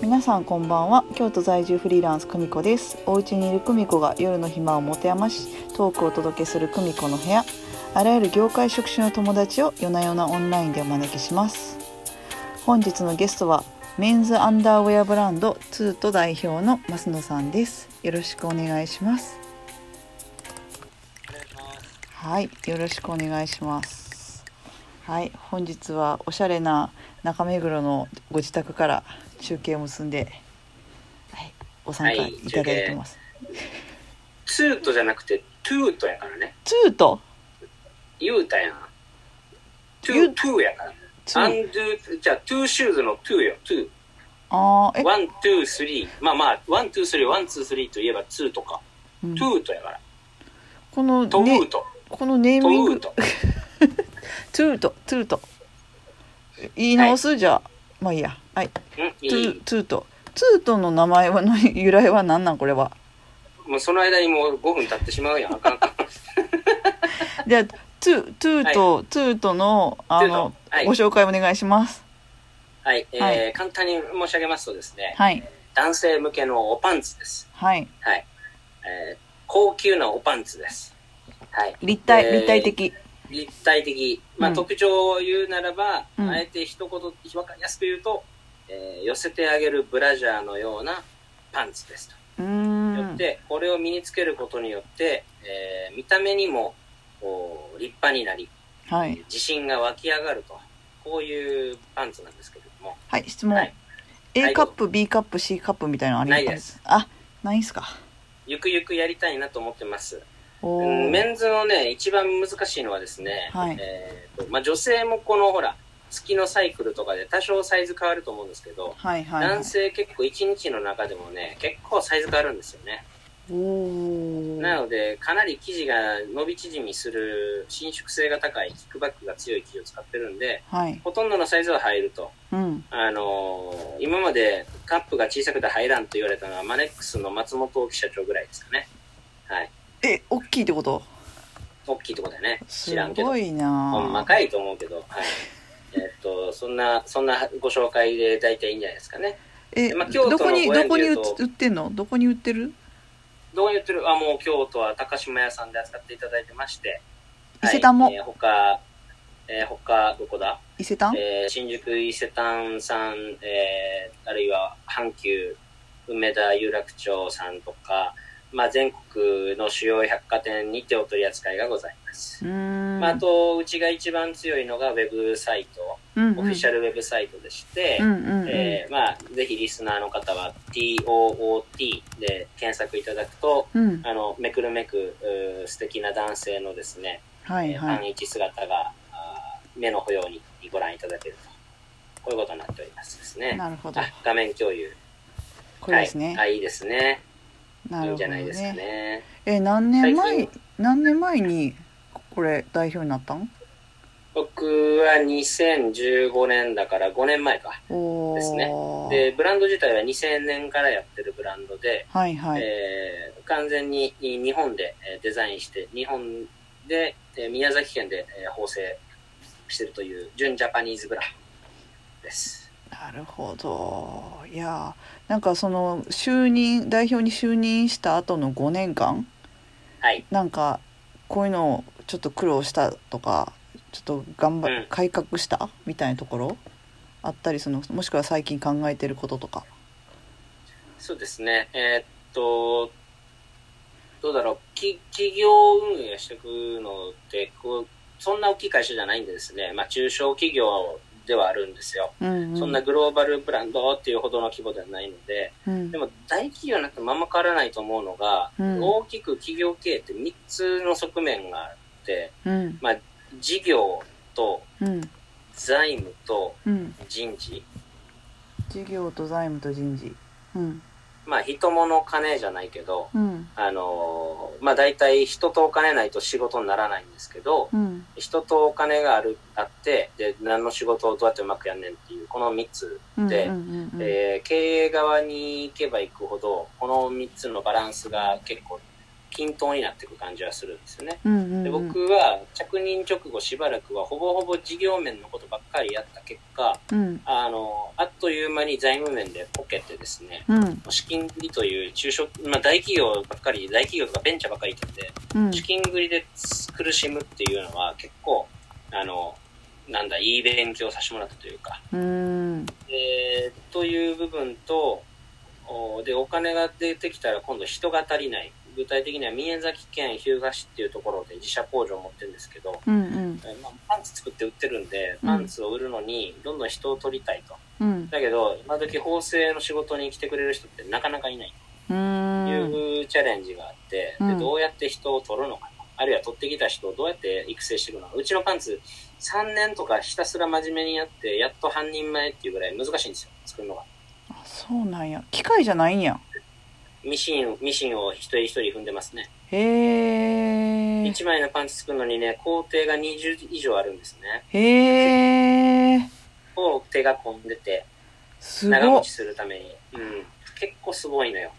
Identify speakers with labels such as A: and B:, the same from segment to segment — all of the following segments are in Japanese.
A: 皆さんこんばんは京都在住フリーランス久美子ですお家にいる久美子が夜の暇を持て余しトークをお届けする久美子の部屋あらゆる業界職種の友達を夜な夜なオンラインでお招きします本日のゲストはメンズアンダーウェアブランドツート代表の増野さんですよろしくお願いします
B: お願い
A: は
B: します。
A: いよろしくお願いしますはい本日はおしゃれな中目黒のご自宅から中継を結んで、はい、ご参加
B: はい
A: いただいてます、
B: ツートじゃなくて、トゥートやからね。
A: ツーと
B: 言うたやん。ト
A: 言
B: ゥ
A: う
B: ー、トゥーやから。
A: ツ
B: ア
A: ー
B: ンドゥ、じゃあ、トゥーシューズのトゥーよ、トゥ
A: あーえ
B: ー。ワン、トゥー、スリー。まあまあ、ワン、トゥー、スリー、ワン、ツー、スリーといえば、ツーとか。
A: うん
B: トゥートやから。
A: この
B: トゥー
A: ね
B: ト。
A: このネー
B: ト
A: ミン
B: ゥー
A: グ
B: ト。
A: トゥートトゥート言い直す、じゃあまあいいやはい
B: うん、い
A: トゥ
B: い。
A: トゥートツートの名前はの由来は何なんこれは
B: もうその間にもう5分経ってしまうやん。あか ん。ト
A: じゃあトゥトゥート、トゥートのあの
B: ゥートはい
A: ご紹介お願いします
B: はい。えー
A: はい
B: 簡単に申し上げますとですね、
A: はい
B: 男性向けのおパンツです。
A: はい
B: はい。えー高級なおパンツです。はい。
A: 立体
B: えー
A: 立体的、
B: 立体的、まあ
A: うん
B: 特徴を言うならば、
A: うん
B: あえて一言分かりやすく言うと、えー寄せてあげるブラジャーのようなパンツです
A: うー
B: と、
A: ん
B: よってこれを身につけることによって、えー見た目にもこう立派になり
A: はい
B: 自信が湧き上がるとこういうパンツなんですけれども
A: はい質問、
B: はい
A: A カップ B カップ C カップみたいなのあります
B: ないです
A: あないんすか
B: ゆくゆくやりたいなと思ってます、
A: お
B: うん、
A: ー
B: メンズのね一番難しいのはですね、
A: はい
B: えーとまあ、女性もこのほら月のサイクルとかで多少サイズ変わると思うんですけど、
A: はいはい、はい
B: 男、性結構一日の中でもね結構サイズ変わるんですよね、
A: おお
B: なのでかなり生地が伸び縮みする伸縮性が高いキックバックが強い生地を使ってるんで
A: はい
B: ほとんどのサイズは入ると
A: うん
B: あのー今までカップが小さくて入らんと言われたのはマネックスの松本大木社長ぐらいですかねはい
A: え大きいってこと
B: 大きいとこだよね
A: す
B: 知らんけど
A: ごいな
B: ほんまかいと思うけどはいえっとそんなそんなご紹介で大体いいんじゃないですかね
A: え、
B: まあ京都
A: ど
B: の
A: こに
B: ご
A: ど
B: 縁
A: こに
B: で言
A: 売
B: う
A: っ
B: と
A: 売ってんのどこに売ってる
B: どう言ってるあ、もう京都は高島屋さんで扱っていただいてまして。
A: 伊勢丹も
B: はいえー他、えー他、どこだ
A: 伊勢丹、
B: えー新宿伊勢丹さん、えーあるいは阪急、梅田有楽町さんとか、まあ、全国の主要百貨店にてお取り扱いがございます。
A: うーん、
B: まあ、あと、うちが一番強いのがウェブサイト、
A: うんうん、
B: オフィシャルウェブサイトでして、
A: うんうんうん
B: えーまあ、ぜひリスナーの方は TOOT で検索いただくと、
A: うん
B: あのめくるめくうー素敵な男性のですね、
A: はい
B: えー
A: は
B: 半
A: い
B: 一姿があー目の保養にご覧いただけるとこういうことになっておりますですね
A: なるほど
B: あ画面共有
A: これですね、
B: はい、あいいですね
A: ないる
B: いん
A: ほ
B: じ
A: ど
B: ゃないですか
A: ね
B: ね
A: え何年前
B: 最
A: 何年前にこれ代表になったん
B: 僕は2015年だから5年前か
A: お
B: です
A: お、
B: でブランド自体は2000年からやってるブランドで、
A: はいはい、
B: えー完全に日本でえーデザインして日本でえー宮崎県でえー縫製してるという純ジャパニーズブランドです
A: なるほどいやーなんかその就任代表に就任した後の5年間
B: はい
A: なんかこういうのをちょっと苦労したとかちょっと頑張、
B: うん
A: 改革したみたいなところあったりそのもしくは最近考えてることとか
B: そうですねえーっとどうだろうき企業運営していくのってこうそんな大きい会社じゃないんでですね、まあ、中小企業ではあるんですよ、
A: うんうん
B: そんなグローバルブランドっていうほどの規模ではないので
A: うん
B: でも大企業になってもあんま変わらないと思うのが、
A: うん
B: 大きく企業経営って3つの側面があって、
A: うん
B: まあ、事業と
A: うん
B: 財務と
A: うん
B: 人事、
A: 事業と財務と人事うん
B: まあ、人物金じゃないけど、
A: うん
B: あのーまあ、大体人とお金ないと仕事にならないんですけど、
A: うん
B: 人とお金がある、あって、で、何の仕事をどうやってうまくやんねんっていう、この3つ、
A: うん
B: で
A: うんうんうん
B: えー経営側に行けば行くほど、この3つのバランスが結構均等になっていく感じはするんですよね。
A: うんうん
B: で
A: うん
B: 僕は着任直後しばらくはほぼほぼ事業面のことばっかりやった結果、
A: うん
B: あの、あっという間に財務面でこけてですね、
A: うん
B: 資金繰りという中小、まあ大企業ばっかり、大企業とかベンチャーばっかりいたんで、
A: うん
B: 資金繰りで苦しむっていうのは結構、あの、なんだ、いい勉強させてもらったというか、
A: うん
B: えーという部分と、おで、お金が出てきたら今度人が足りない。具体的には宮崎県日向市っていうところで自社工場を持ってるんですけど、
A: うんうん
B: えーまあ、パンツ作って売ってるんで、パンツを売るのにどんどん人を取りたいと。
A: うん
B: だけど、今時縫製の仕事に来てくれる人ってなかなかいないと
A: うん
B: いうチャレンジがあって、
A: う
B: で
A: ん
B: どうやって人を取るのかな。あるいは取ってきた人をどうやって育成していくのか。うちのパンツ3年とかひたすら真面目にやって、やっと半人前っていうぐらい難しいんですよ、作るのが。
A: あそうなんや機械じゃないんや
B: ミシン、ミシンを一人一人踏んでますね。
A: へえ
B: 1枚のパンツ作るのにね、工程が20以上あるんですね。
A: へえ
B: を手が込んでて、
A: す
B: 長
A: ご
B: 持
A: っ
B: ちするために。うん。結構すごいのよ。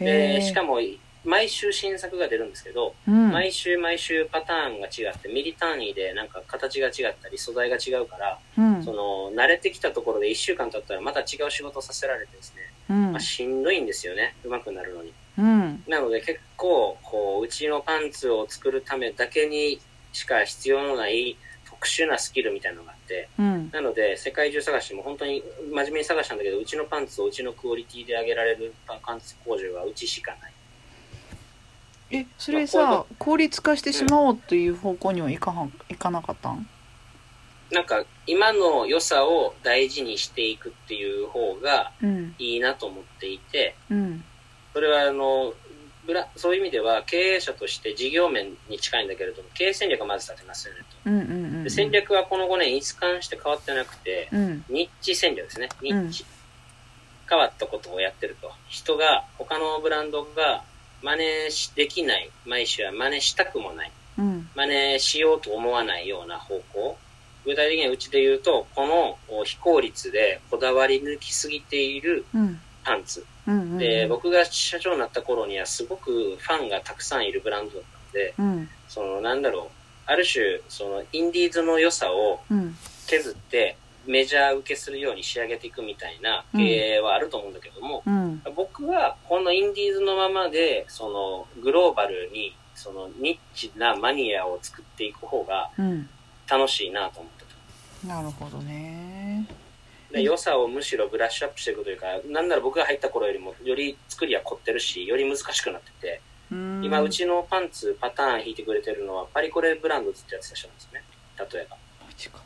A: へ
B: で、
A: え
B: しかも、毎週新作が出るんですけど、
A: うん
B: 毎週毎週パターンが違って、ミリ単位でなんか形が違ったり、素材が違うから、
A: うん
B: その、慣れてきたところで1週間経ったらまた違う仕事をさせられてですね、
A: うん
B: まあ、しんどいんですよね、上手くなるのに。
A: うん
B: なので結構、こう、うちのパンツを作るためだけにしか必要のない特殊なスキルみたいなのがあって、
A: うん
B: なので、世界中探しても本当に真面目に探したんだけど、うちのパンツをうちのクオリティで上げられるパンツ工場はうちしかない。
A: えそれさ効率化してしまおうという方向にはいかはんいかなかったん
B: なんか、今の良さを大事にしていくっていう方が
A: うん
B: いいなと思っていて、
A: うん
B: それはあの、ブラそういう意味では経営者として事業面に近いんだけれども、経営戦略がまず立てますよね
A: う
B: と。
A: んうんうん
B: で戦略はこの5年一貫して変わってなくて、
A: うん
B: ニッチ戦略ですね。ニッチ。変わったことをやってると。人が、他のブランドが真似しできない、毎週は真似したくもない、
A: うん
B: 真似しようと思わないような方向。具体的にはうちで言うと、このお非効率でこだわり抜きすぎている
A: うん
B: パンツ。
A: うんうん
B: で、僕が社長になった頃にはすごくファンがたくさんいるブランドだったので、
A: うん
B: そのなんだろう、ある種、そのインディーズの良さを
A: うん
B: 削ってメジャー受けするように仕上げていくみたいな
A: うん
B: 経営はあると思うんだけども、
A: うん
B: 僕はこのインディーズのままでそのグローバルにそのニッチなマニアを作っていく方が
A: うん
B: 楽しいなと思ってた。
A: なるほどね
B: で良さをむしろブラッシュアップしていくというか、なんなら僕が入った頃よりもより作りは凝ってるし、より難しくなってて、
A: うん
B: 今うちのパンツパターン引いてくれてるのはパリコレブランドズってやつた人なんですね。例えば。
A: マジか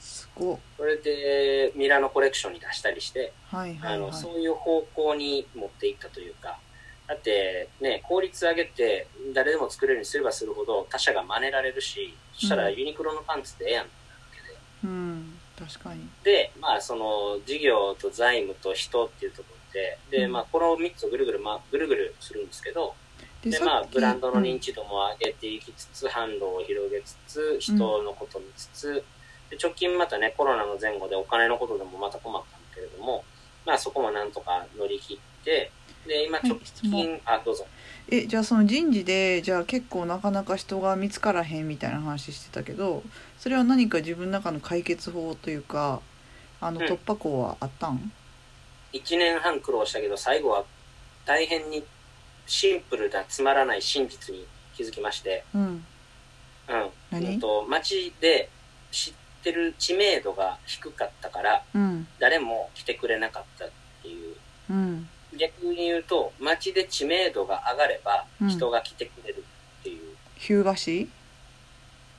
A: すごっ
B: それでミラノコレクションに出したりして、
A: はいは
B: あ
A: いは
B: の
A: い
B: そういう方向に持っていったというか、だって、ね、効率上げて誰でも作れるようにすればするほど他社が真似られるし、そしたら
A: うん
B: ユニクロのパンツでええやん。
A: うん確かに
B: で、まあ、その事業と財務と人っていうところで、で、
A: うん
B: まあ、この3つをぐるぐる、まあ、ぐるぐるするんですけど、で、まあ、ブランドの認知度も上げていきつつ、販路を広げつつ、人のこと見つつ、で直近またね、コロナの前後でお金のことでもまた困ったんだけれども、まあ、そこもなんとか乗り切って、で、今
A: はい
B: 直
A: 質問
B: 近、あ、どうぞ。
A: えじゃあその人事でじゃあ結構なかなか人が見つからへんみたいな話してたけどそれは何か自分の中の解決法というかあの
B: うん
A: 突破口はあったん、
B: 1年半苦労したけど、最後は大変にシンプルだ、つまらない真実に気づきまして、
A: うん、
B: うん。
A: 何
B: うんと街で知ってる知名度が低かったから、
A: うん
B: 誰も来てくれなかったっていう
A: うん
B: 逆に言うと街で知名度が上がれば
A: うん
B: 人が来てくれるっていう、
A: 日向市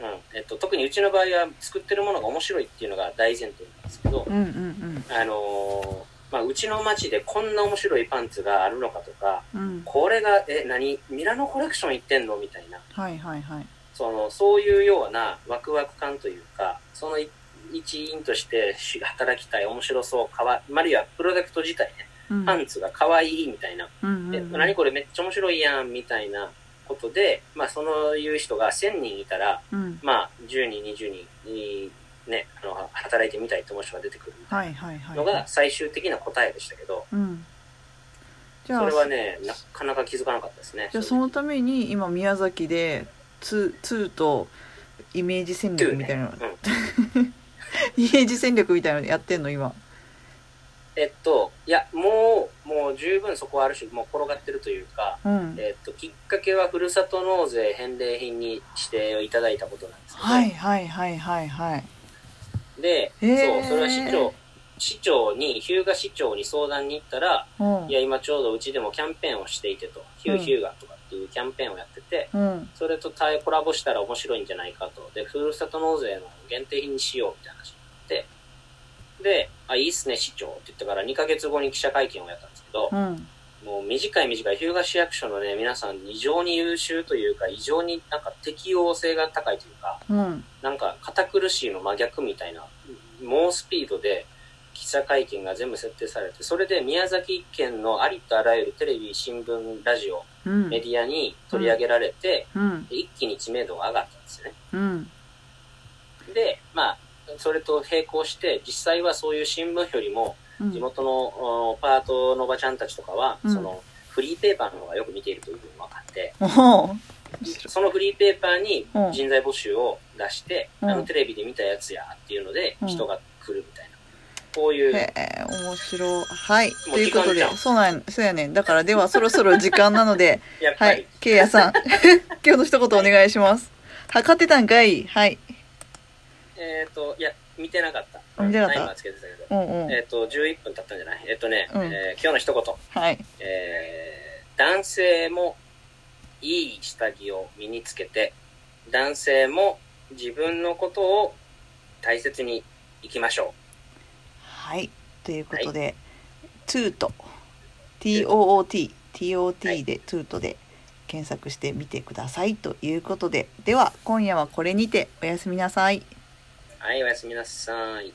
B: うんえっと、特にうちの場合は作ってるものが面白いっていうのが大前提なんですけど
A: う、んうん
B: あのーまあ、うちの街でこんな面白いパンツがあるのかとか
A: うんうん
B: これがえ何ミラノコレクション行ってんのみたいな
A: はいはいはい
B: そのそういうようなワクワク感というかそのい一員としてし働きたい面白そうかわあるいはプロダクト自体ね
A: うん
B: パンツが可愛いみたいな
A: うんうん
B: で、
A: うん
B: 何これめっちゃ面白いやん、みたいなことで、まあ、そのいう人が1000人いたら、
A: うん
B: まあ、10人、20人に、ね、あの、働いてみたいと思う人が出てくる
A: はいはいはい
B: のが最終的な答えでしたけど、
A: うんじ
B: そ
A: ゃあ
B: れはね、なかなか気づかなかったですね。
A: じゃあそのために今宮崎でツーツーとイメージ戦略みたいなの、
B: トゥ ーね
A: イメージ戦略みたいなのやってんの今
B: えっと、いや、もう、もう十分そこはある種、もう転がってるというか、
A: うん
B: えっと、きっかけはふるさと納税返礼品に指定をいただいたことなんですけど、
A: はいはいはいはいはい
B: で、
A: へー
B: そう、それは市長、市長に、日向市長に相談に行ったら、
A: うん
B: いや、今ちょうどうちでもキャンペーンをしていてと、ヒュ
A: う
B: ー
A: ん
B: ヒューガとかっていうキャンペーンをやってて、
A: うん
B: それと対コラボしたら面白いんじゃないかと。で、ふるさと納税の限定品にしようみたいな話になって、で、あ、いいっすね、市長って言ったから2ヶ月後に記者会見をやったんですけど
A: う、ん
B: もう短い短い、日向市役所のね、皆さん異常に優秀というか、異常になんか適応性が高いというか、
A: うん
B: なんか堅苦しいの真逆みたいな、猛スピードで記者会見が全部設定されて、それで宮崎県のありとあらゆるテレビ、新聞、ラジオ、
A: うん
B: メディアに取り上げられて、
A: うん
B: で一気に知名度が上がったんですよね。
A: うん
B: で、まあ、それと並行して、実際はそういう新聞よりも、
A: うん
B: 地元の、おパートのおばちゃんたちとかは、
A: うん
B: その、フリーペーパーの方がよく見ているというふうに分かって、
A: おう
B: そのフリーペーパーに
A: うん
B: 人材募集を出して、
A: うん
B: あのテレビで見たやつやっていうので
A: うん
B: 人が来るみたいな、こういう、
A: へえ面白いはい
B: も
A: と
B: う
A: いうこと
B: 時間じ
A: で
B: ゃん
A: そうなんそうやねんだからではそろそろ時間なので
B: やっぱ
A: は
B: り、
A: いけいやさん 今日の一言お願いします測ってたんかいはい
B: えっ、と、いや、見てなかった。
A: あ見てなかった
B: タイマーつけてたけど。
A: うんうん
B: えっ、と、11分経ったんじゃないえっ、とね、
A: うん
B: えー今日の一言。
A: はい
B: えー男性もいい下着を身につけて、男性も自分のことを大切にいきましょ
A: はい。ということで、トゥート、TOOT、
B: は
A: TOT
B: い
A: で、トゥートで検索してみてくださいということで、では今夜はこれにておやすみなさい。
B: う。はい、おやすみなさい。